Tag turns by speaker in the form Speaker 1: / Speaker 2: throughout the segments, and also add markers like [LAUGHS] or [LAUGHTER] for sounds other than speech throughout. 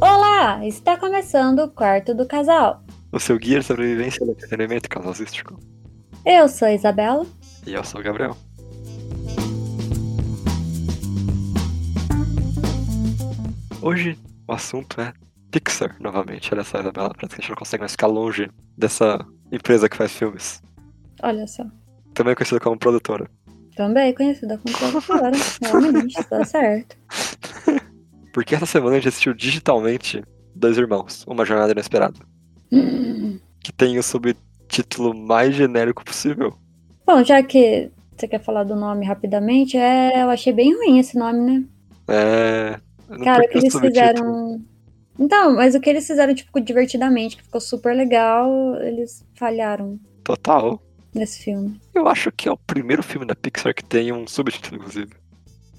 Speaker 1: Olá, está começando o quarto do casal.
Speaker 2: O seu guia de sobrevivência e entretenimento casalístico.
Speaker 1: Eu sou a Isabela.
Speaker 2: E eu sou o Gabriel. Hoje o assunto é Pixar novamente. Olha só, Isabela, parece que a gente não consegue mais ficar longe dessa empresa que faz filmes.
Speaker 1: Olha só,
Speaker 2: Também conhecida como produtora.
Speaker 1: também conhecida como né? produtora. Realmente, está tá certo.
Speaker 2: Porque essa semana a gente assistiu digitalmente Dois Irmãos, Uma Jornada Inesperada.
Speaker 1: Hum.
Speaker 2: Que tem o subtítulo mais genérico possível.
Speaker 1: Bom, já que você quer falar do nome rapidamente, é, eu achei bem ruim esse nome, né?
Speaker 2: É. eu não
Speaker 1: Cara, o que
Speaker 2: procuro
Speaker 1: eles
Speaker 2: subtítulo.
Speaker 1: fizeram. Então, mas o que eles fizeram, tipo, divertidamente, que ficou super legal, eles falharam
Speaker 2: Total.
Speaker 1: nesse filme.
Speaker 2: Eu acho que é o primeiro filme da Pixar que tem um subtítulo, inclusive.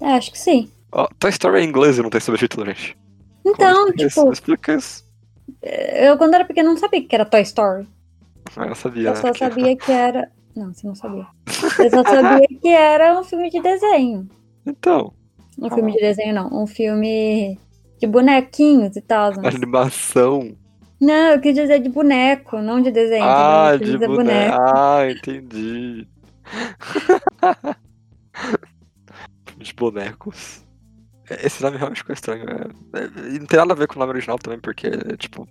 Speaker 1: É, acho que sim.
Speaker 2: Ó, Toy Story é em inglês e não tem subtítulo, gente. Como
Speaker 1: Então,
Speaker 2: explica
Speaker 1: tipo,
Speaker 2: isso? Explica isso.
Speaker 1: eu quando era pequena não sabia que era Toy Story.
Speaker 2: Ah, Eu sabia,
Speaker 1: Eu
Speaker 2: né?
Speaker 1: só
Speaker 2: Porque-
Speaker 1: sabia que era. Não, você não sabia. Eu só sabia que era um filme de desenho.
Speaker 2: Então,
Speaker 1: Um filme de desenho, não. Um filme de bonequinhos e tal. mas-
Speaker 2: animação.
Speaker 1: Não, eu quis dizer de boneco, não de desenho.
Speaker 2: ah,
Speaker 1: entendeu?
Speaker 2: de
Speaker 1: Eu quis dizer
Speaker 2: boneco. Ah, entendi. [LAUGHS] de bonecos. Esse nome realmente ficou estranho. é- é- e não tem nada a ver com o nome original também, porque é tipo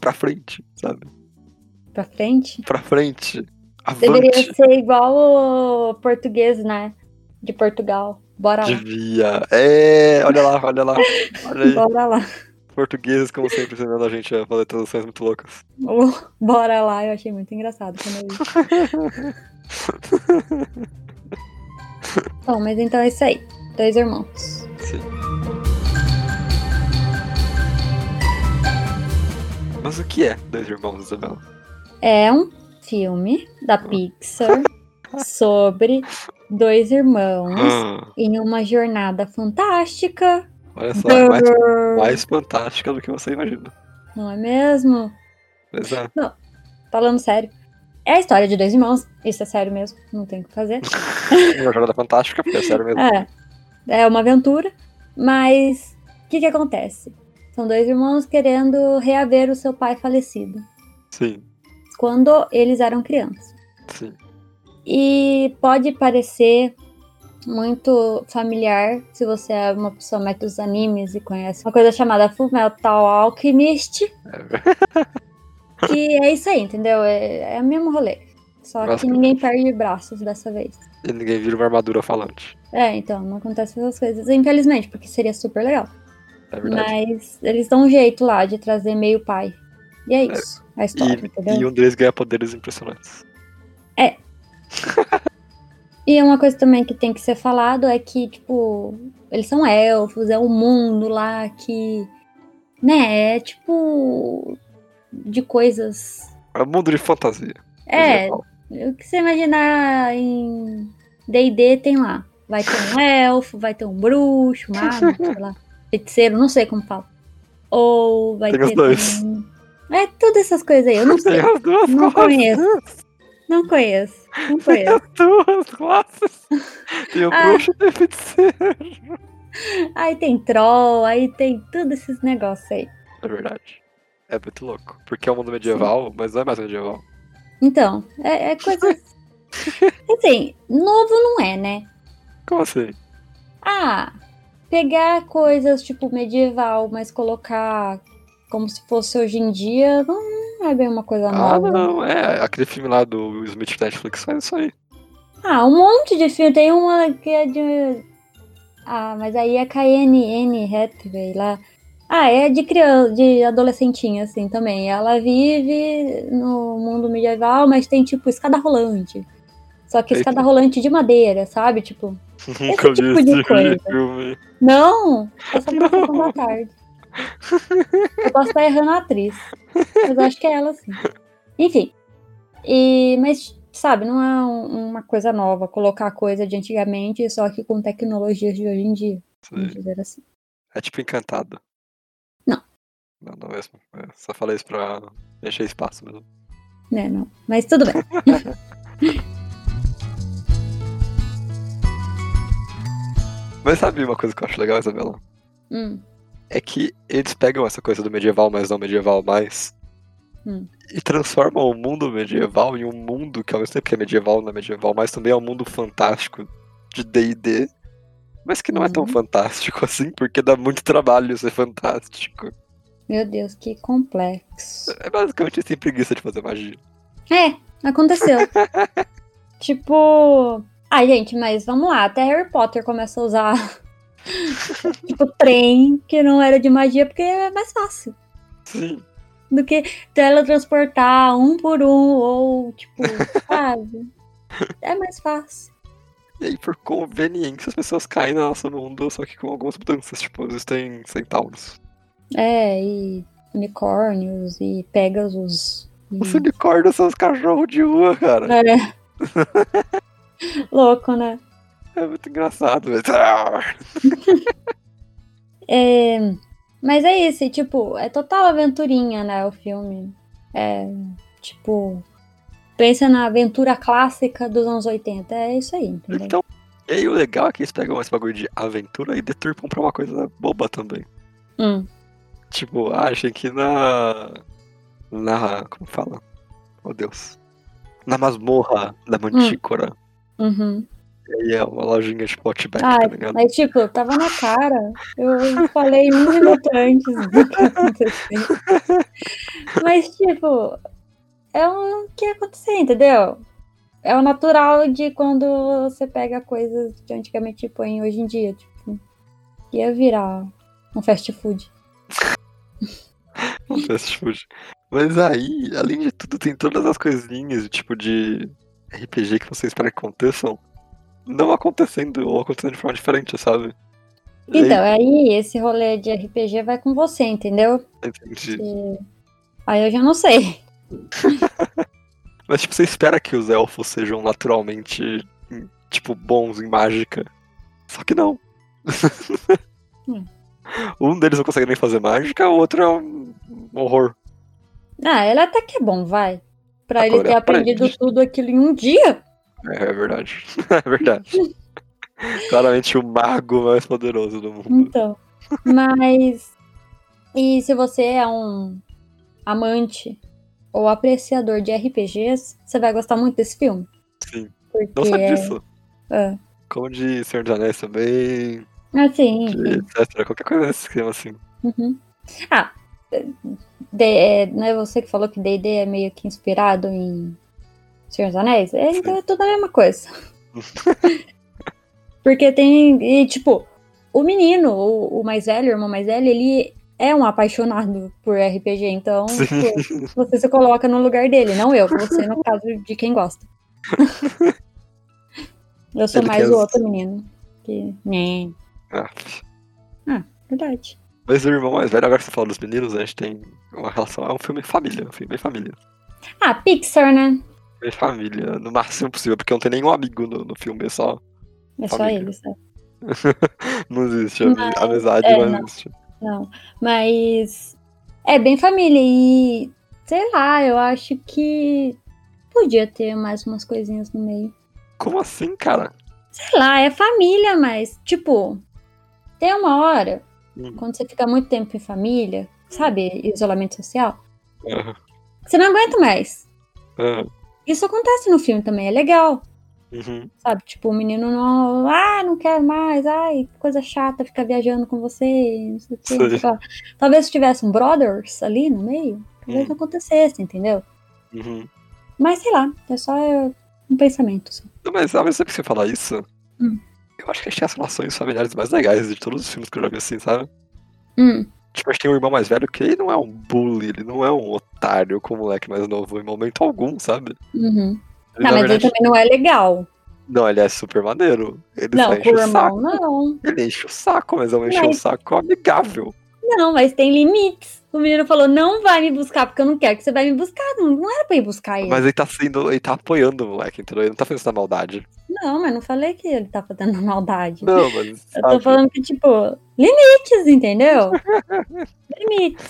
Speaker 2: pra frente, sabe?
Speaker 1: Pra frente.
Speaker 2: Pra frente. Avante.
Speaker 1: Deveria ser igual o português, né? De Portugal. Bora lá.
Speaker 2: Devia. É, olha lá, olha lá. Olha aí.
Speaker 1: Bora lá. [LAUGHS]
Speaker 2: Portugueses, como sempre, ensinando a gente a fazer traduções muito loucas.
Speaker 1: O Bora lá, eu achei muito engraçado quando eu vi.
Speaker 2: [LAUGHS]
Speaker 1: Bom, mas então é isso aí. Dois irmãos.
Speaker 2: Mas o que é Dois Irmãos, Isabela?
Speaker 1: É um filme da Pixar sobre dois irmãos
Speaker 2: Ah,
Speaker 1: em uma jornada fantástica.
Speaker 2: olha só, é mais,
Speaker 1: Brrr.
Speaker 2: mais fantástica do que você imagina.
Speaker 1: Não é mesmo?
Speaker 2: Pois é.
Speaker 1: Falando sério. É a história de dois irmãos. Isso é sério mesmo, não tem o que fazer.
Speaker 2: Uma jornada fantástica, porque é
Speaker 1: [LAUGHS]
Speaker 2: sério mesmo.
Speaker 1: É, é uma aventura. Mas o que, que acontece? São dois irmãos querendo reaver o seu pai falecido
Speaker 2: Sim,
Speaker 1: quando eles eram crianças.
Speaker 2: sim.
Speaker 1: E pode parecer muito familiar se você é uma pessoa mais dos animes e conhece uma coisa chamada Full Metal Alchemist,
Speaker 2: É verdade.
Speaker 1: que é isso aí, entendeu? É, é o mesmo rolê. Só
Speaker 2: Nossa,
Speaker 1: que ninguém perde braços dessa vez.
Speaker 2: E ninguém vira uma armadura falante.
Speaker 1: É, então, não acontece essas coisas, infelizmente, porque seria super legal.
Speaker 2: É verdade.
Speaker 1: Mas eles dão um jeito lá de trazer meio pai. E é isso, a história, entendeu?
Speaker 2: E um deles ganha poderes impressionantes.
Speaker 1: E uma coisa também que tem que ser falado é que, tipo, eles são elfos, é um mundo lá que, né, é tipo de coisas.
Speaker 2: É um mundo de fantasia.
Speaker 1: É,
Speaker 2: medieval.
Speaker 1: o que você imaginar em D&D tem lá. Vai ter um elfo, vai ter um bruxo, um mago, sei lá, feiticeiro, não sei como fala. Ou vai
Speaker 2: Tem
Speaker 1: ter
Speaker 2: os dois.
Speaker 1: também- É, todas essas coisas aí, eu não sei.
Speaker 2: Tem as duas
Speaker 1: é, Não
Speaker 2: classes.
Speaker 1: conheço. Não conheço, não conheço.
Speaker 2: Duas classes. Tem o
Speaker 1: Ah.
Speaker 2: bruxo e tem o feiticeiro.
Speaker 1: Aí tem troll, aí tem todos esses negócios aí.
Speaker 2: É verdade. É muito louco. Porque é um mundo medieval, mas não é mais medieval.
Speaker 1: Então, é, é coisa. assim, novo não é, né?
Speaker 2: Como assim?
Speaker 1: Ah, pegar coisas tipo medieval, mas colocar como se fosse hoje em dia, não é bem uma coisa
Speaker 2: Ah,
Speaker 1: nova.
Speaker 2: não, é. Aquele filme lá do Will Smith da Netflix faz isso aí.
Speaker 1: Ah, um monte de filme. Tem uma que é de. Ah, mas aí é KNN Hathaway lá. Ah, é de criança, de adolescentinha, assim, também. Ela vive no mundo medieval, mas tem, tipo, escada rolante. Só que escada
Speaker 2: Eita.
Speaker 1: rolante de madeira, sabe? Tipo,
Speaker 2: Nunca vi
Speaker 1: tipo de
Speaker 2: esse
Speaker 1: coisa.
Speaker 2: filme.
Speaker 1: não! É só pra
Speaker 2: Não.
Speaker 1: sessão da tarde. Eu posso estar errando a atriz. Mas eu acho que é ela, sim. Enfim. E, mas, sabe, não é um- uma coisa nova colocar coisa de antigamente, só que com tecnologias de hoje em dia, vamos
Speaker 2: Sim.
Speaker 1: dizer assim.
Speaker 2: É tipo encantado.
Speaker 1: Não.
Speaker 2: Não, não mesmo. É, só falei isso pra deixar espaço mesmo.
Speaker 1: Né, não. Mas tudo bem.
Speaker 2: Mas sabe uma coisa que eu acho legal, Isabela?
Speaker 1: Hum.
Speaker 2: é que eles pegam essa coisa do medieval, mas não medieval mais.
Speaker 1: Hum.
Speaker 2: E transformam o mundo medieval em um mundo que ao mesmo tempo que é medieval, não é medieval, mas também é um mundo fantástico de D&D. Mas que não é tão
Speaker 1: Uhum.
Speaker 2: fantástico [LAUGHS] assim, porque dá muito trabalho ser fantástico.
Speaker 1: Meu Deus, que complexo.
Speaker 2: É basicamente sem preguiça de fazer magia.
Speaker 1: É, aconteceu. tipo. Ai, gente, mas vamos lá. Até Harry Potter começa a usar. [LAUGHS] tipo, trem que não era de magia, porque é mais fácil
Speaker 2: Sim.
Speaker 1: do que teletransportar um por um, ou, tipo, sabe? É mais fácil.
Speaker 2: E aí, por conveniência, as pessoas caem na nossa mundo, só que com algumas mudanças. Tipo, existem centauros.
Speaker 1: É, e unicórnios e pegasus. e-
Speaker 2: Os unicórnios são os cachorros de rua, cara.
Speaker 1: [LAUGHS] É. Louco, né?
Speaker 2: É muito engraçado, mas. Ah!
Speaker 1: É, mas é isso, e, tipo, é total aventurinha, né, o filme. É, tipo, pensa na aventura clássica dos anos 80, é isso aí, entendeu?
Speaker 2: Então, e aí o legal é que eles pegam esse bagulho de aventura e deturpam pra uma coisa boba também.
Speaker 1: Hum,
Speaker 2: Tipo, acham que na. Na. Como fala? Oh Deus. Na masmorra da mantícora.
Speaker 1: uhum.
Speaker 2: E aí é uma lojinha tipo Outback, tá
Speaker 1: Ai,
Speaker 2: ligado?
Speaker 1: mas tipo, tava na cara, eu falei um minuto antes do que aconteceu. Mas, tipo, é o que aconteceu, entendeu? É o natural de quando você pega coisas que antigamente põe hoje em dia, tipo, ia virar um fast food.
Speaker 2: Um [LAUGHS] fast food. Mas aí, além de tudo, tem todas as coisinhas, tipo, de RPG que você espera que aconteçam, não acontecendo, ou acontecendo de forma diferente, sabe? E aí,
Speaker 1: Então, aí esse rolê de RPG vai com você, entendeu?
Speaker 2: entendi.
Speaker 1: Aí eu já não sei. [LAUGHS]
Speaker 2: Mas, tipo, você espera que os elfos sejam naturalmente, em- tipo, bons em mágica. Só que não.
Speaker 1: Hum.
Speaker 2: [LAUGHS] Um deles não consegue nem fazer mágica, o outro é um um horror.
Speaker 1: Ah, ele até que é bom, vai. Pra ele
Speaker 2: Agora
Speaker 1: ter aprendido
Speaker 2: aprende.
Speaker 1: tudo aquilo em um
Speaker 2: [LAUGHS]
Speaker 1: dia.
Speaker 2: É, é verdade. [LAUGHS] É verdade.
Speaker 1: [LAUGHS]
Speaker 2: Claramente o mago mais poderoso do mundo.
Speaker 1: Então. Mas. E se você é um amante ou apreciador de RPGs, você vai gostar muito desse filme.
Speaker 2: Sim.
Speaker 1: Porque
Speaker 2: Não só
Speaker 1: é.
Speaker 2: disso.
Speaker 1: Ah.
Speaker 2: Como de Senhor dos Anéis também,
Speaker 1: Assim,
Speaker 2: de etc. Qualquer coisa nesse esquema assim.
Speaker 1: Uhum. Ah, D- é, não é você que falou que D&D é meio que inspirado em Senhor dos Anéis? É,
Speaker 2: Sim.
Speaker 1: então é tudo a mesma
Speaker 2: [LAUGHS]
Speaker 1: coisa. Porque tem, e, tipo, o menino, o, o mais velho, o irmão mais velho, ele é um apaixonado por RPG, então
Speaker 2: Sim.
Speaker 1: tipo, você se coloca no lugar dele, não eu, você no caso de quem
Speaker 2: [LAUGHS]
Speaker 1: gosta. Eu sou
Speaker 2: Ele
Speaker 1: mais
Speaker 2: quer-
Speaker 1: o outro menino. Que... Né,
Speaker 2: Ah.
Speaker 1: verdade.
Speaker 2: Mas o irmão mais velho, agora que você fala dos meninos, a gente tem uma relação. É um filme família, um filme bem família.
Speaker 1: Ah, Pixar, né?
Speaker 2: Bem família, no máximo possível, porque não tem nenhum amigo no, no filme, é só.
Speaker 1: É só
Speaker 2: Família.
Speaker 1: eles, né?
Speaker 2: Não existe. ami- amizade
Speaker 1: é,
Speaker 2: não,
Speaker 1: não.
Speaker 2: existe.
Speaker 1: Não, mas é bem família e sei lá, eu acho que podia ter mais umas coisinhas no meio.
Speaker 2: Como assim, cara?
Speaker 1: Sei lá, é família, mas tipo, tem uma hora
Speaker 2: Hum.
Speaker 1: quando você fica muito tempo em família, sabe, isolamento social,
Speaker 2: Ah,
Speaker 1: você não aguenta mais.
Speaker 2: ah,
Speaker 1: Isso acontece no filme também, é legal.
Speaker 2: uhum.
Speaker 1: Sabe, tipo, o menino não. Ah, não quero mais. Ai, que coisa chata ficar viajando com você. Não sei o quê, não sei o que lá. Talvez se tivesse um brothers ali no meio, talvez
Speaker 2: Hum.
Speaker 1: não acontecesse, entendeu?
Speaker 2: uhum.
Speaker 1: Mas sei lá, é só é, um pensamento. só.
Speaker 2: Não, mas ao mesmo tempo que você falar isso,
Speaker 1: Hum.
Speaker 2: eu acho que a gente tem as relações familiares mais legais de todos os filmes que eu já vi assim, sabe?
Speaker 1: Hum,
Speaker 2: Tipo, a gente tem um irmão mais velho que ele não é um bully, ele não é um otário com o moleque mais novo em momento algum, sabe?
Speaker 1: uhum.
Speaker 2: Ele,
Speaker 1: Não,
Speaker 2: na
Speaker 1: mas ele
Speaker 2: verdade,
Speaker 1: também não é legal.
Speaker 2: não, ele é super maneiro. Ele só
Speaker 1: Não,
Speaker 2: enche
Speaker 1: com
Speaker 2: é o
Speaker 1: o irmão,
Speaker 2: saco.
Speaker 1: não.
Speaker 2: Ele enche o saco, mas é um encher o
Speaker 1: Mas-
Speaker 2: saco amigável.
Speaker 1: Não, mas tem limites. O menino falou: não vai me buscar, porque eu não quero que você vai me buscar. Não, não era pra ir buscar ele.
Speaker 2: Mas ele tá sendo. Ele tá apoiando o moleque, entendeu? Ele não tá fazendo isso
Speaker 1: [LAUGHS]
Speaker 2: na maldade.
Speaker 1: Não, mas não falei que ele tá fazendo [LAUGHS] maldade.
Speaker 2: Não, mas.
Speaker 1: Eu tô
Speaker 2: sabe?
Speaker 1: falando que, tipo, limites,
Speaker 2: [LAUGHS]
Speaker 1: entendeu? limites.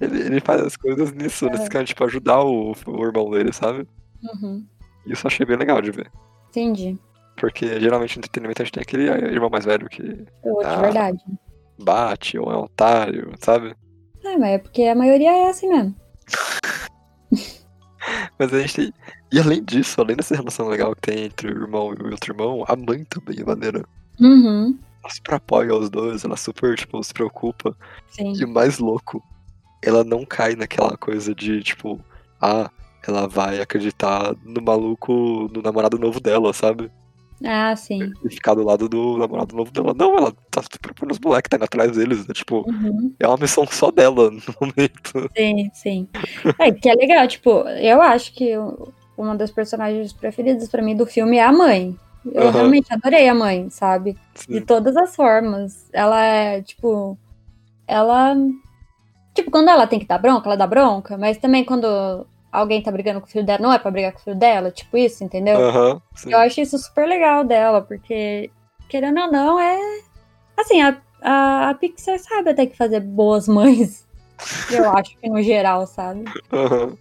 Speaker 2: Ele, ele faz as coisas nisso,
Speaker 1: É.
Speaker 2: nesse cara, tipo, ajudar o, o irmão dele, sabe?
Speaker 1: Uhum,
Speaker 2: Isso eu achei bem legal de ver.
Speaker 1: entendi.
Speaker 2: Porque geralmente no entretenimento a gente tem aquele irmão mais ah, velho que.
Speaker 1: Eu vou de
Speaker 2: Ah.
Speaker 1: verdade.
Speaker 2: bate ou é um otário, sabe?
Speaker 1: É, mas é porque a maioria é assim mesmo.
Speaker 2: Mas a gente tem... E além disso, além dessa relação legal que tem entre o irmão e o outro irmão, a mãe também é maneira.
Speaker 1: Uhum.
Speaker 2: Ela super apoia os dois, ela super, tipo, se preocupa.
Speaker 1: Sim.
Speaker 2: E o mais louco, ela não cai naquela coisa de, tipo, ah, ela vai acreditar no maluco, no namorado novo dela, sabe?
Speaker 1: Ah, sim.
Speaker 2: E ficar do lado do namorado novo dela. Não, ela tá se preocupando os moleques, tá indo atrás deles. né? Tipo,
Speaker 1: Uhum.
Speaker 2: é uma missão só dela [LAUGHS] no
Speaker 1: [LAUGHS]
Speaker 2: momento.
Speaker 1: Sim,
Speaker 2: [LAUGHS]
Speaker 1: sim. É, que é legal, tipo, eu acho que o- uma das personagens preferidas pra mim do filme é a mãe. Eu
Speaker 2: Aham.
Speaker 1: realmente adorei a mãe, sabe? De
Speaker 2: Sim,
Speaker 1: todas as formas. Ela é, tipo. Ela. Tipo, quando ela tem que dar bronca, ela dá bronca, mas também quando alguém tá brigando com o filho dela, não é pra brigar com o filho dela, tipo isso, entendeu?
Speaker 2: Aham, sim.
Speaker 1: Eu acho isso super legal dela, porque, querendo ou não, é. Assim, a, a, a Pixar sabe até que fazer boas mães. Eu acho que no geral, sabe?
Speaker 2: Aham.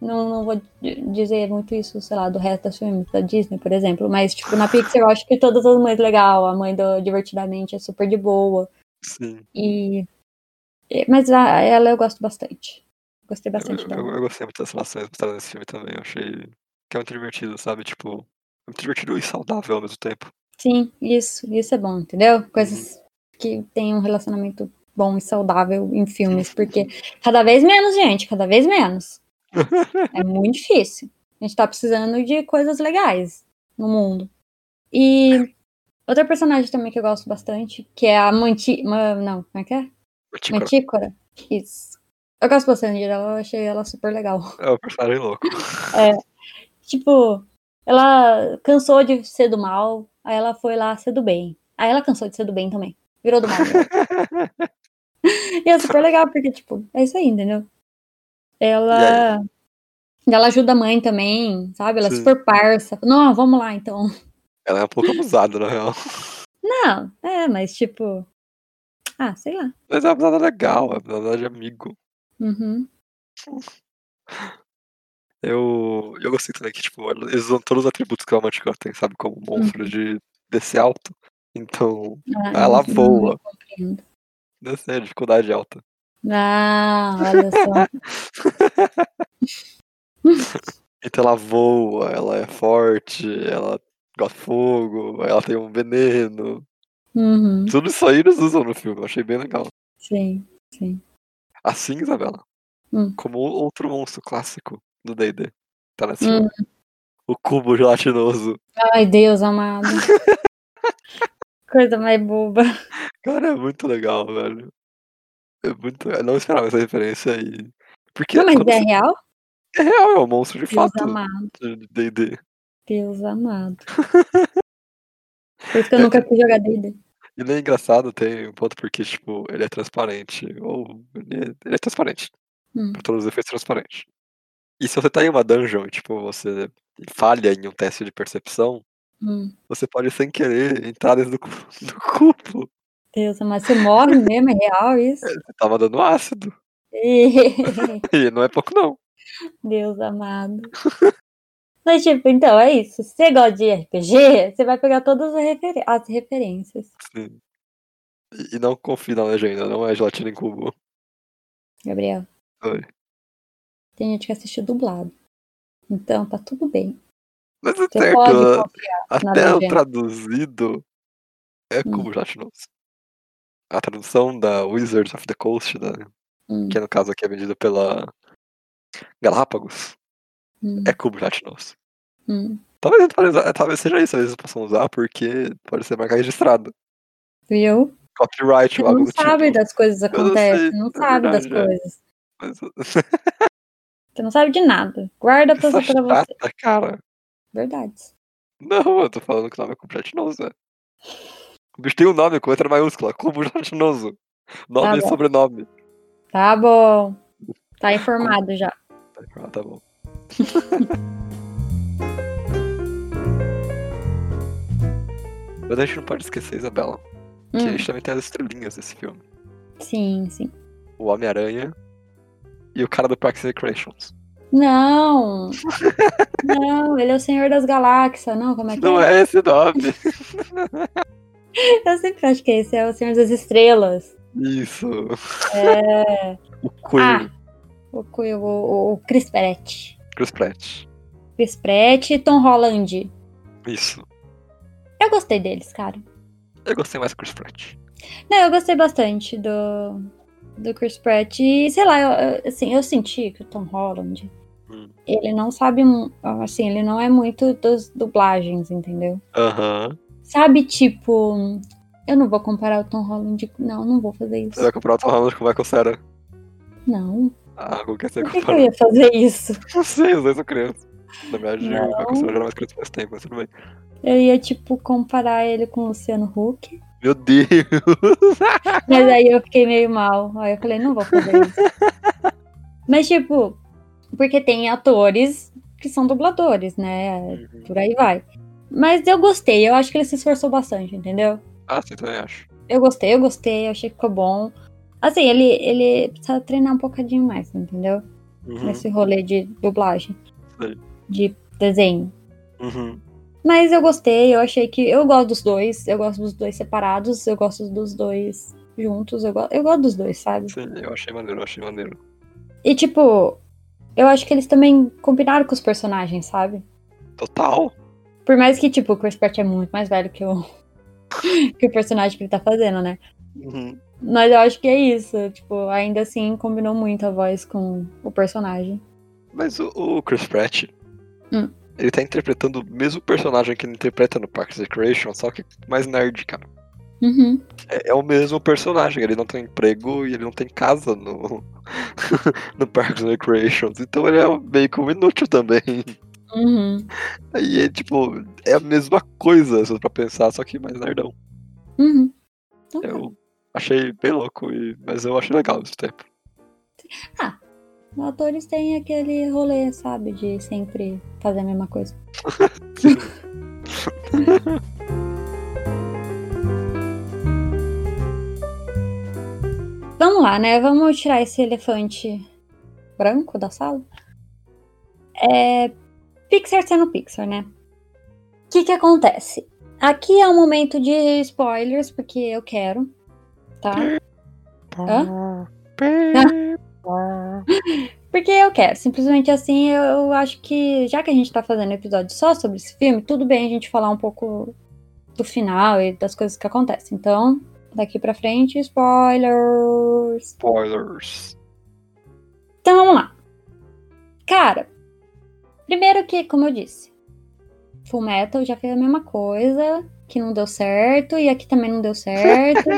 Speaker 1: Não, não vou di- dizer muito isso, sei lá, do resto dos filmes da Disney, por exemplo, mas, tipo, na Pixar eu acho que todas as mães legal. A mãe do Divertidamente é super de boa.
Speaker 2: Sim.
Speaker 1: E. e- Mas a- ela eu gosto bastante. Gostei
Speaker 2: Eu,
Speaker 1: bastante dela.
Speaker 2: eu- eu gostei muito das relações mostradas nesse filme também. Eu achei que é muito divertido, sabe? Tipo, é muito divertido e saudável ao mesmo tempo.
Speaker 1: Sim, isso, isso é bom, entendeu? Coisas que têm um relacionamento bom e saudável em filmes, porque cada vez menos, gente, cada vez menos. É muito difícil. A gente tá precisando de coisas legais no mundo. E outra personagem também que eu gosto bastante, que é a Manti... Ma- Não, como é que é?
Speaker 2: Tipo,
Speaker 1: Mantícora. Isso. Eu gosto bastante dela, eu achei ela super legal.
Speaker 2: é um personagem louco.
Speaker 1: Tipo, ela cansou de ser do mal, aí ela foi lá ser do bem. Aí ela cansou de ser do bem também. Virou
Speaker 2: [LAUGHS]
Speaker 1: do mal. e é super legal, porque, tipo, é isso aí, entendeu? Ela. Ela ajuda a mãe também, sabe? Ela é
Speaker 2: Sim.
Speaker 1: super parça. Não, vamos lá então.
Speaker 2: Ela é um pouco abusada, na real. [LAUGHS]
Speaker 1: Não, é, mas tipo. Ah, sei lá.
Speaker 2: Mas é uma abusada legal, é uma abusada de amigo.
Speaker 1: Uhum.
Speaker 2: Eu, eu gostei também que, tipo, ela- eles usam todos os atributos que a Manticore tem, sabe? Como um monstro de descer alto. Então,
Speaker 1: Uhum. Ah,
Speaker 2: ela
Speaker 1: não, não
Speaker 2: voa.
Speaker 1: compreendo.
Speaker 2: Desce é dificuldade alta.
Speaker 1: Ah, olha só.
Speaker 2: Então ela voa, ela é forte, ela gosta de fogo, ela tem um veneno.
Speaker 1: Uhum.
Speaker 2: Tudo isso aí eles usam no filme, eu achei bem legal.
Speaker 1: Sim.
Speaker 2: Assim, Isabela,
Speaker 1: Hum.
Speaker 2: como outro monstro clássico do D&D, tá nesse
Speaker 1: Hum.
Speaker 2: filme. O cubo gelatinoso.
Speaker 1: Ai, Deus
Speaker 2: [LAUGHS]
Speaker 1: amado. Coisa mais boba.
Speaker 2: Cara, é muito legal, velho. É muito... Eu não esperava essa referência aí. Porque
Speaker 1: Não, mas
Speaker 2: Então, quando
Speaker 1: é
Speaker 2: você-
Speaker 1: real?
Speaker 2: é real, é um monstro de
Speaker 1: Deus
Speaker 2: fato.
Speaker 1: amado,
Speaker 2: de de D&D.
Speaker 1: Deus
Speaker 2: [LAUGHS]
Speaker 1: amado. Por isso que eu nunca fui jogar D&D.
Speaker 2: Ele é engraçado, tem um ponto porque, tipo, ele é transparente. Ou ele é, ele é transparente.
Speaker 1: Hum.
Speaker 2: Pra todos os efeitos, transparente. E se você tá em uma dungeon e, tipo, você falha em um teste de percepção,
Speaker 1: Hum.
Speaker 2: você pode, sem querer, entrar dentro do, cu- [LAUGHS] do cubo.
Speaker 1: Deus amado, você morre mesmo? É real isso? [LAUGHS]
Speaker 2: Você tava dando ácido. E não é pouco, não.
Speaker 1: Deus amado. Mas, tipo, então, é isso. Se você gosta de RPG, você vai pegar todas as, referen- as referências.
Speaker 2: Sim. E, e não confie na legenda, não é gelatina em cubo.
Speaker 1: Gabriel.
Speaker 2: Oi.
Speaker 1: Tem gente que assiste dublado. Então, tá tudo bem.
Speaker 2: Mas é
Speaker 1: Você
Speaker 2: certo,
Speaker 1: pode
Speaker 2: né?
Speaker 1: confiar. na
Speaker 2: até o
Speaker 1: legenda. Hum.
Speaker 2: traduzido é como gelatinoso. A tradução da Wizards of the Coast, da-
Speaker 1: Hum,
Speaker 2: que no caso aqui é vendida pela Galápagos,
Speaker 1: hum,
Speaker 2: é cubo gelatinoso.
Speaker 1: hum.
Speaker 2: Talvez, a gente pode usar- talvez seja isso, talvez eles possam usar, porque pode ser marca registrada.
Speaker 1: Viu?
Speaker 2: Copyright
Speaker 1: Você
Speaker 2: ou algo
Speaker 1: não
Speaker 2: do
Speaker 1: sabe
Speaker 2: tipo.
Speaker 1: das coisas que
Speaker 2: Eu não
Speaker 1: acontecem.
Speaker 2: sei,
Speaker 1: Você não
Speaker 2: é
Speaker 1: sabe das
Speaker 2: verdade, é.
Speaker 1: coisas.
Speaker 2: Mas,
Speaker 1: Você não sabe de nada. Guarda pra,
Speaker 2: [LAUGHS] essa
Speaker 1: pra você.
Speaker 2: chata, cara.
Speaker 1: Verdade.
Speaker 2: Não, eu tô falando que o nome é cubo gelatinoso, velho. O bicho tem um nome com letra maiúscula, cubo gelatinoso. Nome e
Speaker 1: Tá bom.
Speaker 2: sobrenome.
Speaker 1: Tá bom. Tá informado já.
Speaker 2: Ah, tá bom. [LAUGHS] Mas a gente não pode esquecer, Isabela, [LAUGHS] que a
Speaker 1: Hum,
Speaker 2: gente também tem as estrelinhas desse filme.
Speaker 1: sim, sim.
Speaker 2: O Homem-Aranha e o cara do Parks and Recreations. [LAUGHS]
Speaker 1: Não! não, ele é o Senhor das Galáxias. Não, como é que
Speaker 2: Não
Speaker 1: é?
Speaker 2: é esse nome.
Speaker 1: [LAUGHS] Eu sempre acho que é esse, é o Senhor das Estrelas.
Speaker 2: Isso.
Speaker 1: É.
Speaker 2: [LAUGHS] O Quill.
Speaker 1: O, Quill, o, o Chris Pratt.
Speaker 2: Chris Pratt.
Speaker 1: Chris Pratt e Tom Holland.
Speaker 2: Isso.
Speaker 1: Eu gostei deles, cara.
Speaker 2: Eu gostei mais do Chris Pratt.
Speaker 1: Não, eu gostei bastante do, do Chris Pratt. E, sei lá, eu, eu- assim, eu senti que o Tom Holland,
Speaker 2: Hum.
Speaker 1: ele não sabe, mu- assim, ele não é muito das dublagens, entendeu?
Speaker 2: Aham.
Speaker 1: Sabe, tipo, eu não vou comparar o Tom Holland, não, não vou fazer isso.
Speaker 2: Você vai comparar o Tom Holland com o Michael Cera.
Speaker 1: Não,
Speaker 2: Ah, com quem você
Speaker 1: por que, que eu
Speaker 2: compara?
Speaker 1: ia fazer isso?
Speaker 2: Não sei, os dois são crianças. Na verdade,
Speaker 1: Não.
Speaker 2: o Michael Cera já era mais criança faz tempo, mas tudo bem.
Speaker 1: Eu ia, tipo, comparar ele com o Luciano Huck,
Speaker 2: Meu Deus!
Speaker 1: mas aí eu fiquei meio mal, aí eu falei, não vou fazer [LAUGHS] isso. mas, tipo, porque tem atores que são dubladores, né, por aí vai. Mas eu gostei, eu acho que ele se esforçou bastante, entendeu?
Speaker 2: ah, sim, também acho.
Speaker 1: Eu gostei, eu gostei, eu achei que ficou bom. Assim, ele, ele precisa treinar um bocadinho mais, entendeu?
Speaker 2: Uhum,
Speaker 1: Nesse rolê de dublagem,
Speaker 2: Sei.
Speaker 1: de desenho.
Speaker 2: uhum.
Speaker 1: Mas eu gostei, eu achei que. Eu gosto dos dois, eu gosto dos dois separados, eu gosto dos dois juntos, eu, go... eu gosto dos dois, sabe?
Speaker 2: Sim, eu achei maneiro, eu achei maneiro.
Speaker 1: E tipo, eu acho que eles também combinaram com os personagens, sabe?
Speaker 2: Total!
Speaker 1: Por mais que, tipo, o Chris Pratt é muito mais velho que o, [LAUGHS] que o personagem que ele tá fazendo, né?
Speaker 2: Uhum.
Speaker 1: Mas eu acho que é isso. Tipo, ainda assim combinou muito a voz com o personagem.
Speaker 2: Mas o, o Chris Pratt,
Speaker 1: Hum.
Speaker 2: ele tá interpretando o mesmo personagem que ele interpreta no Parks and Recreation, só que mais nerd, cara.
Speaker 1: Uhum.
Speaker 2: É, é o mesmo personagem, ele não tem emprego e ele não tem casa no, [LAUGHS] no Parks and Recreation. Então ele é meio que um inútil também. [LAUGHS]
Speaker 1: Uhum.
Speaker 2: E é tipo, é a mesma coisa, se for pra pensar, só que mais nerdão.
Speaker 1: Uhum. Então tá.
Speaker 2: Eu achei bem louco, e- mas eu achei legal esse tempo.
Speaker 1: Atores têm aquele rolê, sabe? De sempre fazer a mesma coisa. Vamos lá, né? Vamos tirar esse elefante branco da sala. É. Pixar sendo Pixar, né? O que que acontece? Aqui é um momento de spoilers, porque eu quero. Tá? Hã? Porque eu quero. Simplesmente assim, eu, eu acho que, já que a gente tá fazendo episódio só sobre esse filme, tudo bem a gente falar um pouco do final e das coisas que acontecem. Então, daqui pra frente, spoilers.
Speaker 2: Spoilers.
Speaker 1: Então vamos lá. Cara, primeiro que, como eu disse, Full Metal já fez a mesma coisa, que não deu certo, e aqui também não deu certo.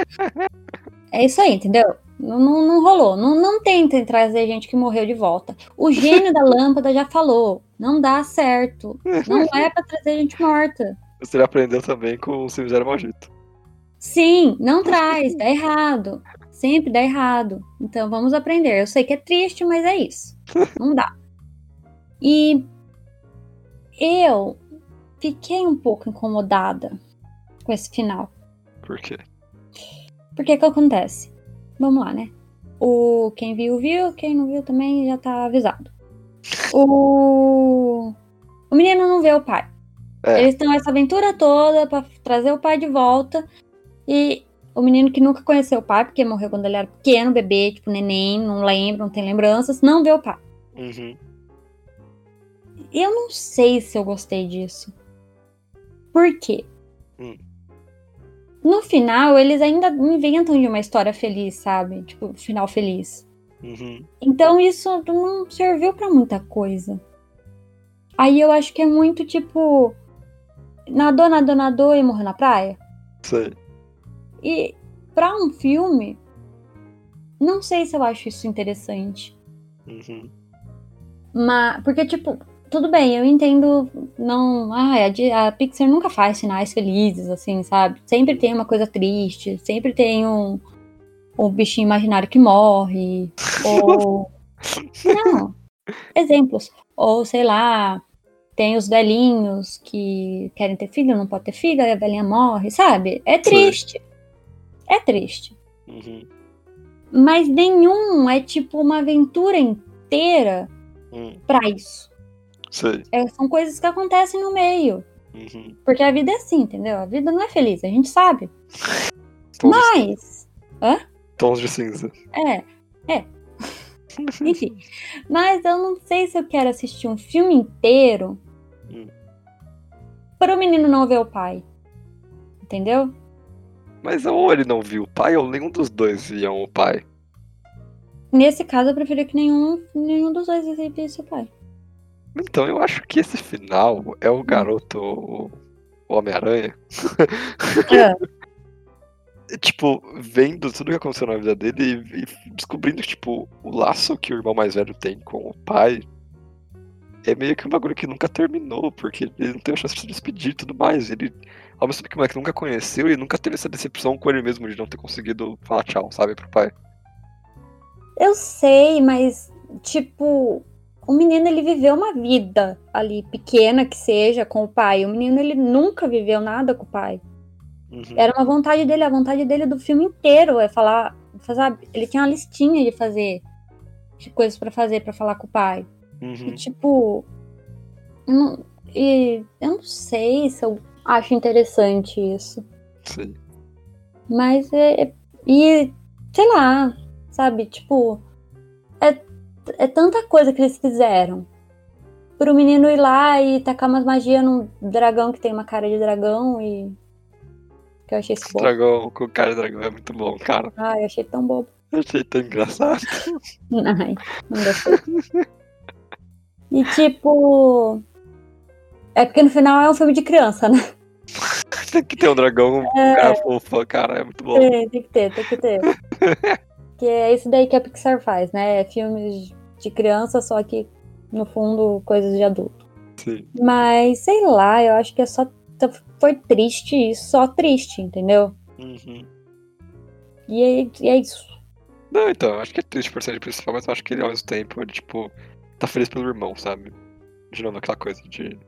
Speaker 1: é isso aí, entendeu? Não, não, não rolou. Não, não tentem trazer gente que morreu de volta. O gênio da lâmpada já falou. Não dá certo. Não
Speaker 2: Uhum.
Speaker 1: é pra trazer gente morta.
Speaker 2: [LAUGHS] Você aprendeu também com o Cemitério Maldito.
Speaker 1: Sim, não traz. Dá errado. Sempre dá errado. Então vamos aprender. Eu sei que é triste, mas é isso. Não dá. E eu fiquei um pouco incomodada com esse final.
Speaker 2: Por quê?
Speaker 1: Porque é que acontece? Vamos lá, né? O quem viu viu, quem não viu também já tá avisado. O o menino não vê o pai.
Speaker 2: É.
Speaker 1: Eles estão essa aventura toda pra trazer o pai de volta e o menino que nunca conheceu o pai, porque morreu quando ele era pequeno, bebê, tipo neném, não lembra, não tem lembranças, não vê o pai.
Speaker 2: Uhum.
Speaker 1: Eu não sei se eu gostei disso. Por quê?
Speaker 2: Hum.
Speaker 1: No final, eles ainda inventam de uma história feliz, sabe? Tipo, final feliz.
Speaker 2: Uhum.
Speaker 1: Então isso não serviu pra muita coisa. Aí eu acho que é muito tipo. Nadou, nadou, nadou e morreu na praia.
Speaker 2: Sei.
Speaker 1: E pra um filme. Não sei se eu acho isso interessante.
Speaker 2: Uhum.
Speaker 1: Mas, porque, tipo, tudo bem, eu entendo, não. Ah, a, Di- a Pixar nunca faz finais felizes, assim, sabe? Sempre tem uma coisa triste, sempre tem um, um bichinho imaginário que morre, ou. Não, exemplos. Ou, sei lá, tem os velhinhos que querem ter filho, não pode ter filho, aí a velhinha morre, sabe? É triste. É triste.
Speaker 2: Uhum.
Speaker 1: Mas nenhum é, tipo, uma aventura inteira
Speaker 2: Uhum.
Speaker 1: pra isso.
Speaker 2: Sei.
Speaker 1: É, são coisas que acontecem no meio.
Speaker 2: Uhum.
Speaker 1: Porque a vida é assim, entendeu? A vida não é feliz, a gente sabe.
Speaker 2: Tons,
Speaker 1: Mas.
Speaker 2: tons de
Speaker 1: [LAUGHS]
Speaker 2: cinza.
Speaker 1: É, enfim. Mas eu não sei se eu quero assistir um filme inteiro
Speaker 2: Hum.
Speaker 1: para o menino não ver o pai. Entendeu?
Speaker 2: Mas ou ele não viu o pai, ou nenhum dos dois viam o pai.
Speaker 1: Nesse caso, eu prefiro que nenhum, nenhum dos dois exibisse o pai.
Speaker 2: Então eu acho que esse final é
Speaker 1: Hum.
Speaker 2: o garoto o o Homem-Aranha.
Speaker 1: É.
Speaker 2: Tipo, vendo tudo que aconteceu na vida dele e, e descobrindo que, tipo, o laço que o irmão mais velho tem com o pai é meio que um bagulho que nunca terminou, porque ele não teve a chance de se despedir e tudo mais. Ele, ao mesmo tempo que o moleque nunca conheceu, ele nunca teve essa decepção com ele mesmo de não ter conseguido falar tchau, sabe, pro pai.
Speaker 1: Eu sei, mas, tipo, o menino ele viveu uma vida ali, pequena que seja, com o pai. O menino ele nunca viveu nada com o pai.
Speaker 2: Uhum,
Speaker 1: Era uma vontade dele, a vontade dele do filme inteiro é falar, sabe? Ele tinha uma listinha de fazer, de coisas pra fazer, pra falar com o pai. E,
Speaker 2: Uhum.
Speaker 1: tipo. não- e eu não sei se eu acho interessante isso.
Speaker 2: Sim.
Speaker 1: Mas é. é- E, sei lá, sabe? Tipo. É, é tanta coisa que eles fizeram. Pro menino ir lá e tacar umas magias num dragão que tem uma cara de dragão e. Que eu achei isso
Speaker 2: Esse
Speaker 1: bom.
Speaker 2: dragão com cara de dragão é muito bom, cara.
Speaker 1: Ah, eu achei tão bobo.
Speaker 2: Eu achei tão engraçado. [LAUGHS]
Speaker 1: Ai, não gostei. e tipo. É porque no final é um filme de criança, né?
Speaker 2: Tem que ter um dragão com cara fofa, cara. É muito bom.
Speaker 1: Tem, tem que ter, tem que
Speaker 2: [LAUGHS]
Speaker 1: ter. que é isso daí que a Pixar faz, né? Filmes de criança, só que no fundo coisas de adulto.
Speaker 2: Sim.
Speaker 1: Mas sei lá, eu acho que é só. Foi triste isso, só triste, entendeu?
Speaker 2: Uhum.
Speaker 1: E é, e é isso.
Speaker 2: Não, então, eu acho que é triste por ser ele principal, mas eu acho que ele ao mesmo tempo, ele, tipo, tá feliz pelo irmão, sabe? De novo, aquela coisa de.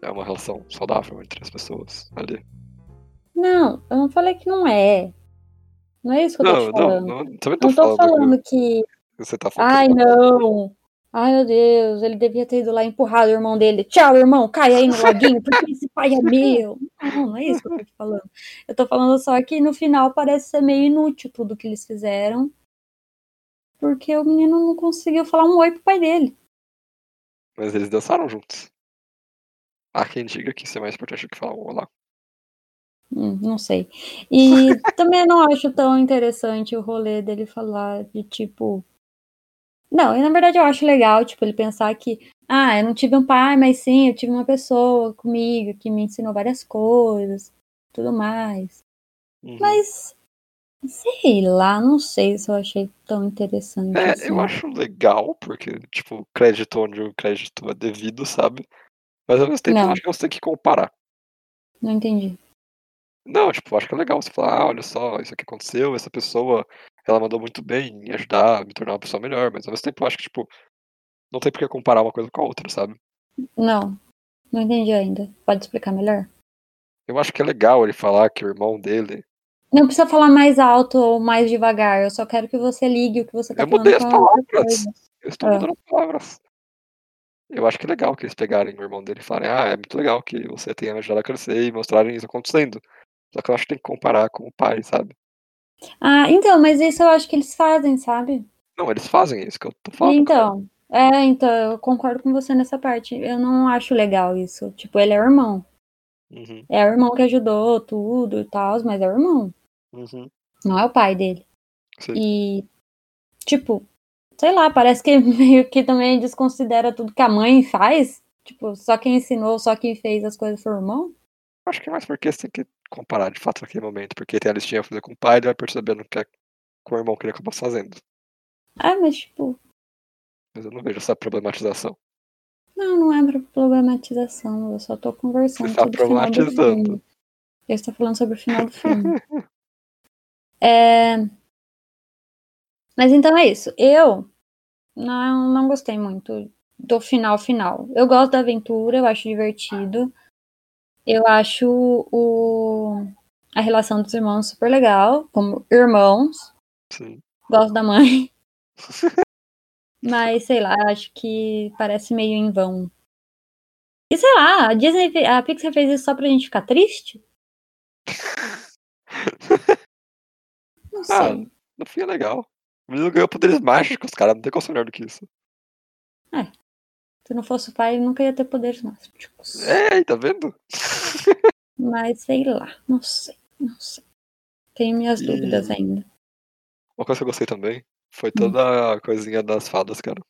Speaker 2: É uma relação saudável entre as pessoas ali.
Speaker 1: Não, eu não falei que não é. Não é isso que eu
Speaker 2: Não,
Speaker 1: tô te falando.
Speaker 2: não, não, também tô
Speaker 1: Não tô
Speaker 2: falando,
Speaker 1: falando que
Speaker 2: que você tá falando.
Speaker 1: Ai, não! Ai, meu Deus, ele devia ter ido lá e empurrado o irmão dele. Tchau, irmão, cai aí no laguinho, porque esse pai é meu. Não, não é isso que eu tô te falando. Eu tô falando só que no final parece ser meio inútil tudo que eles fizeram. Porque o menino não conseguiu falar um oi pro pai dele.
Speaker 2: Mas eles dançaram juntos. Há quem diga que isso é mais importante do que falar um olá.
Speaker 1: Hum, não sei.
Speaker 2: [LAUGHS]
Speaker 1: E também não acho tão interessante o rolê dele falar de tipo. Não, e na verdade eu acho legal, tipo, ele pensar que, ah, eu não tive um pai, mas sim, eu tive uma pessoa comigo que me ensinou várias coisas, tudo mais.
Speaker 2: Uhum.
Speaker 1: Mas, sei lá, não sei se eu achei tão interessante.
Speaker 2: É,
Speaker 1: assim.
Speaker 2: eu acho legal, porque, tipo, crédito onde o crédito é devido, sabe? Mas ao mesmo tempo, eu
Speaker 1: Não.
Speaker 2: acho que você tem que comparar.
Speaker 1: Não entendi.
Speaker 2: Não, tipo, eu acho que é legal você falar, ah, olha só, isso aqui aconteceu, essa pessoa, ela mandou muito bem em ajudar a me tornar uma pessoa melhor, mas ao mesmo tempo eu acho que, tipo, não tem por que comparar uma coisa com a outra, sabe?
Speaker 1: Não, não entendi ainda. Pode explicar melhor?
Speaker 2: Eu acho que é legal ele falar que o irmão dele.
Speaker 1: Não precisa falar mais alto ou mais devagar, eu só quero que você ligue o que você tá
Speaker 2: Eu mudei as
Speaker 1: falando com a outra
Speaker 2: palavras!
Speaker 1: coisa.
Speaker 2: Eu estou
Speaker 1: Ah.
Speaker 2: mudando as palavras. Eu acho que é legal que eles pegarem o irmão dele e falarem, ah, é muito legal que você tenha me ajudado a crescer e mostrarem isso acontecendo. Só que eu acho que tem que comparar com o pai, sabe?
Speaker 1: Ah, então, mas isso eu acho que eles fazem, sabe?
Speaker 2: Não, eles fazem isso que eu tô falando.
Speaker 1: Então, é, então, eu concordo com você nessa parte. Eu não acho legal isso. Tipo, ele é o irmão.
Speaker 2: Uhum,
Speaker 1: É o irmão que ajudou tudo e tal, mas é o irmão.
Speaker 2: uhum,
Speaker 1: Não é o pai dele.
Speaker 2: sim.
Speaker 1: E, tipo, sei lá, parece que [LAUGHS] meio que também desconsidera tudo que a mãe faz. Tipo, só quem ensinou, só quem fez as coisas foi o irmão.
Speaker 2: Eu Acho que é mais porque você tem que comparar de fato naquele momento, porque tem a listinha pra fazer com o pai, ele vai percebendo que é com o irmão que ele acabou fazendo.
Speaker 1: Ah, mas, tipo,
Speaker 2: Mas eu não vejo essa problematização.
Speaker 1: não, não é pra problematização. Eu só tô conversando
Speaker 2: Você tá
Speaker 1: sobre o final do
Speaker 2: problematizando.
Speaker 1: filme. Eu estou falando sobre o final do filme.
Speaker 2: [LAUGHS]
Speaker 1: É... Mas então é isso. Eu não, não gostei muito do final final. Eu gosto da aventura, eu acho divertido. Eu acho o... a relação dos irmãos super legal, como irmãos.
Speaker 2: Sim.
Speaker 1: Gosto da mãe.
Speaker 2: [LAUGHS]
Speaker 1: Mas sei lá, acho que parece meio em vão. E sei lá, a Disney, fe- a Pixar fez isso só pra gente ficar triste? Não sei.
Speaker 2: Ah, No fim é legal. O menino ganhou poderes mágicos, cara. Não tem como ser melhor do que isso.
Speaker 1: Se não fosse o pai, eu nunca ia ter poderes mágicos.
Speaker 2: É, aí, tá vendo?
Speaker 1: Mas sei lá, não sei, não sei. Tenho minhas
Speaker 2: E-
Speaker 1: dúvidas ainda.
Speaker 2: Uma coisa que eu gostei também foi
Speaker 1: Hum.
Speaker 2: toda a coisinha das fadas, cara.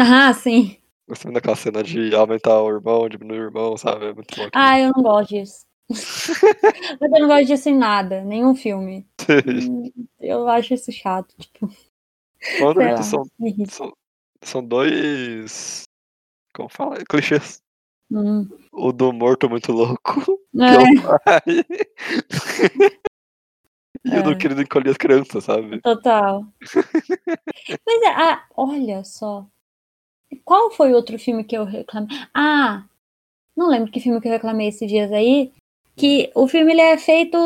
Speaker 1: Ah, sim.
Speaker 2: Gostei muito daquela cena de aumentar o irmão, diminuir o irmão, sabe? É muito bom.
Speaker 1: Ah, eu não gosto
Speaker 2: [LAUGHS]
Speaker 1: disso. Mas eu não gosto disso em nada, nenhum filme. Hum, Eu acho isso chato, tipo,
Speaker 2: Mano,
Speaker 1: sei lá.
Speaker 2: são,
Speaker 1: me irrita.
Speaker 2: são, são dois. Como fala? Clichês.
Speaker 1: Hum.
Speaker 2: O do morto muito louco, que é
Speaker 1: É,
Speaker 2: o pai. e o do
Speaker 1: É.
Speaker 2: querido encolher as crianças, sabe?
Speaker 1: total. Mas é, ah, olha só. Qual foi outro filme que eu reclamei? Ah, não lembro que filme que eu reclamei esses dias aí. Que o filme ele é feito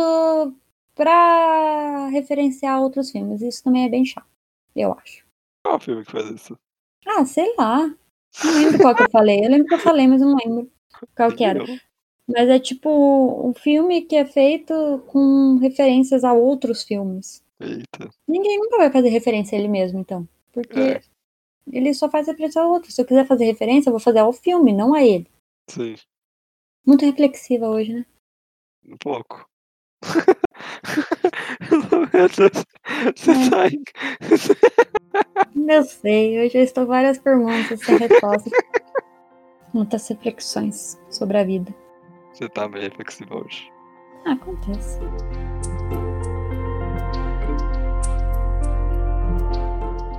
Speaker 1: pra referenciar outros filmes. Isso também é bem chato, eu acho.
Speaker 2: Qual é o filme que faz isso?
Speaker 1: Ah, sei lá. Não lembro qual que eu falei. Eu lembro que eu falei, mas não lembro qual que era.
Speaker 2: Eu-
Speaker 1: Mas é tipo um filme que é feito com referências a outros filmes.
Speaker 2: Eita.
Speaker 1: Ninguém nunca vai fazer referência a ele mesmo, então. Porque
Speaker 2: É.
Speaker 1: ele só faz referência a outro. Se eu quiser fazer referência, eu vou fazer ao filme, não a ele.
Speaker 2: Sim,
Speaker 1: Muito reflexiva hoje, [LAUGHS] né?
Speaker 2: um pouco. [LAUGHS] Você
Speaker 1: É.
Speaker 2: tá em
Speaker 1: Eu sei, hoje eu estou várias perguntas sem [LAUGHS] resposta. Muitas reflexões sobre a vida.
Speaker 2: Você tá meio reflexivo hoje.
Speaker 1: Ah, acontece.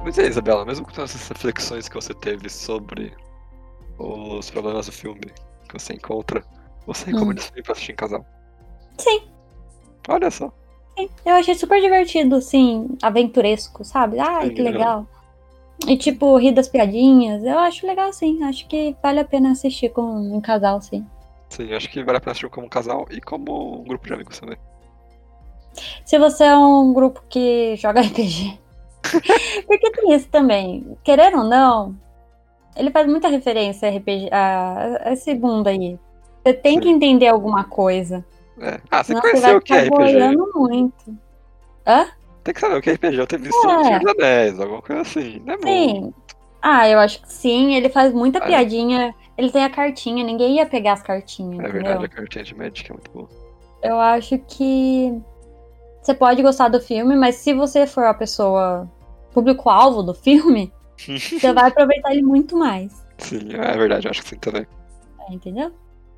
Speaker 2: Mas é, Isabela, mesmo com todas essas reflexões que você teve sobre os problemas do filme que você encontra, você recomenda esse filme pra assistir em casal?
Speaker 1: Hum. Sim.
Speaker 2: Olha só.
Speaker 1: Sim, Eu achei super divertido, assim, aventuresco, sabe? Ai,
Speaker 2: Sim,
Speaker 1: que
Speaker 2: aham.
Speaker 1: legal. E tipo, rir das piadinhas. Eu acho legal, sim. Acho que vale a pena assistir com um casal, sim.
Speaker 2: Sim, acho que vale a pena assistir como casal e como um grupo de amigos também.
Speaker 1: Se você é um grupo que joga [LAUGHS] RPG. Porque tem isso também. Querendo ou não, ele faz muita referência a RPG, a, a esse mundo aí. Você tem que
Speaker 2: Sim.
Speaker 1: entender alguma coisa.
Speaker 2: É. Ah, você
Speaker 1: Senão você vai
Speaker 2: conheceu o que
Speaker 1: ficar
Speaker 2: é RPG.
Speaker 1: boiando muito. Hã?
Speaker 2: Tem que saber o que é RPG. Eu teve visto
Speaker 1: É.
Speaker 2: no Senhor dos Anéis, alguma coisa assim. Não é bom.
Speaker 1: Sim. Ah, eu acho que sim. Ele faz muita
Speaker 2: Ah, é.
Speaker 1: piadinha. Ele tem a cartinha, ninguém ia pegar as cartinhas,
Speaker 2: É
Speaker 1: entendeu?
Speaker 2: verdade, a cartinha de Magic é muito boa.
Speaker 1: Eu acho que você pode gostar do filme, mas se você for a pessoa público-alvo do filme, você vai aproveitar ele muito mais.
Speaker 2: Sim, é verdade, eu acho que sim também.
Speaker 1: é, Entendeu?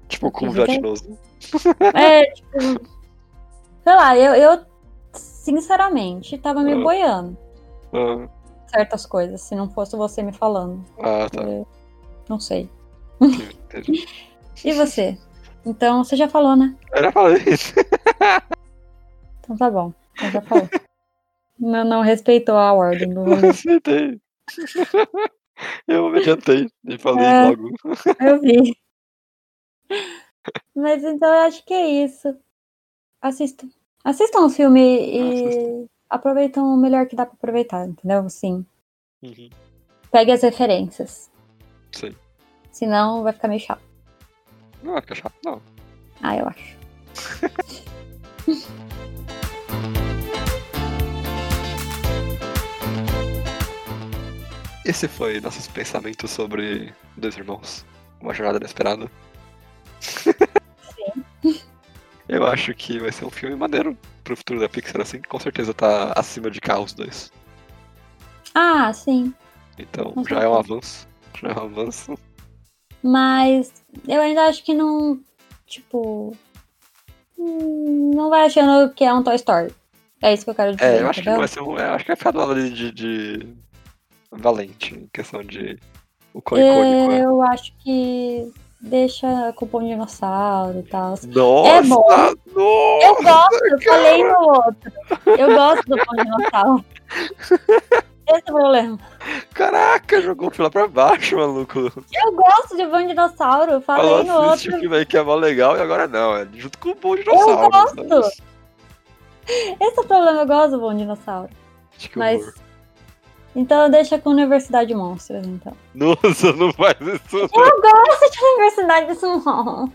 Speaker 2: Tipo, como
Speaker 1: Você-
Speaker 2: gelatinoso.
Speaker 1: É, tipo. Sei lá, eu, eu sinceramente tava me
Speaker 2: Ah.
Speaker 1: boiando
Speaker 2: Ah,
Speaker 1: certas coisas, se não fosse você me falando.
Speaker 2: ah, tá.
Speaker 1: Eu não sei.
Speaker 2: Entendi.
Speaker 1: E você? Então, você já falou, né?
Speaker 2: Eu já falei isso. [LAUGHS]
Speaker 1: Então tá bom. Então já falou. não, não respeitou a ordem do
Speaker 2: Eu
Speaker 1: rolê.
Speaker 2: aceitei. [LAUGHS] Eu me adiantei e falei
Speaker 1: É.
Speaker 2: logo.
Speaker 1: Eu vi. Mas então eu acho que é isso. Assistam. Assistam o filme e aproveitam o melhor que dá pra aproveitar, entendeu? Sim.
Speaker 2: Uhum.
Speaker 1: Pegue as referências.
Speaker 2: Sim.
Speaker 1: Senão vai ficar meio chato.
Speaker 2: Não vai ficar chato, não.
Speaker 1: Ah, eu acho.
Speaker 2: Esse foi nossos pensamentos sobre Dois Irmãos. Uma jornada inesperada. Eu acho que vai ser um filme maneiro pro futuro da Pixar, assim. Com certeza tá acima de Carros 2.
Speaker 1: Ah, sim.
Speaker 2: Então,
Speaker 1: Com
Speaker 2: já é um avanço. Já é um avanço.
Speaker 1: Mas eu ainda acho que não. Tipo. hum, Não vai achando que é um Toy Story. É isso que eu quero dizer.
Speaker 2: É, eu acho que
Speaker 1: entendeu?
Speaker 2: não vai ser um. é, acho que vai ficar do lado ali de, de. Valente, em questão de. O quão icônico é.
Speaker 1: Eu acho que deixa com o pão de dinossauro e tal.
Speaker 2: É Nossa!
Speaker 1: bom. Eu
Speaker 2: Nossa!
Speaker 1: gosto, eu falei no outro. Eu gosto do pão de dinossauro. Esse é o problema.
Speaker 2: Caraca, jogou o filme lá pra baixo, maluco.
Speaker 1: Eu gosto de pão de dinossauro, eu
Speaker 2: Falou
Speaker 1: falei no
Speaker 2: assiste o
Speaker 1: outro.
Speaker 2: filme aí que é mó legal e agora não, é junto com o bom dinossauro. né?
Speaker 1: gosto.
Speaker 2: sabe?
Speaker 1: Esse é o problema, eu gosto do pão de dinossauro.
Speaker 2: Acho que
Speaker 1: Mas
Speaker 2: horror.
Speaker 1: Então deixa com Universidade Monstros, então.
Speaker 2: Nossa, não faz isso. não.
Speaker 1: Eu gosto de Universidade dos Monstros.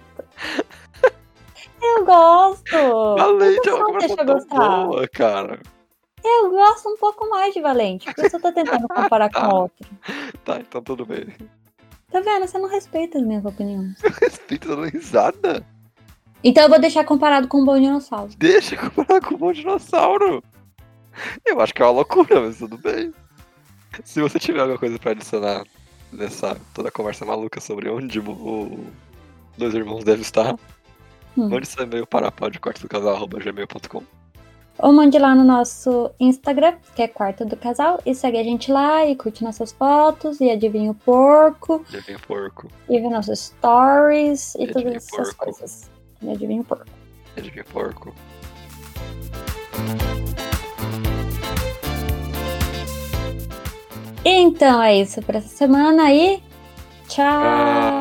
Speaker 1: Eu gosto.
Speaker 2: Valente,
Speaker 1: Por que você
Speaker 2: ela
Speaker 1: não
Speaker 2: começou
Speaker 1: deixa
Speaker 2: é tão
Speaker 1: eu gostar?
Speaker 2: boa, cara.
Speaker 1: Eu gosto um pouco mais de Valente, porque eu só tô tentando comparar
Speaker 2: [LAUGHS]
Speaker 1: com o outro.
Speaker 2: Tá, então tudo bem. [LAUGHS]
Speaker 1: Tá vendo? Você não respeita as minhas opiniões.
Speaker 2: Respeita dando risada.
Speaker 1: Então eu vou deixar comparado com o Bom Dinossauro.
Speaker 2: Deixa eu comparar com um bom dinossauro. Eu acho que é uma loucura, mas tudo bem. Se você tiver alguma coisa pra adicionar nessa toda a conversa maluca sobre onde o Dois Irmãos deve estar,
Speaker 1: Hum.
Speaker 2: mande seu e-mail para podcortodocasal.gmail.com
Speaker 1: Ou mande lá no nosso Instagram, que é Quarto do Casal, e segue a gente lá e curte nossas fotos, e adivinha o porco,
Speaker 2: Já vem porco,
Speaker 1: e vê nossos stories e
Speaker 2: E
Speaker 1: todas
Speaker 2: adivinha o
Speaker 1: essas
Speaker 2: porco.
Speaker 1: coisas. E adivinha o porco.
Speaker 2: já vem É porco.
Speaker 1: Então é isso pra essa semana e tchau!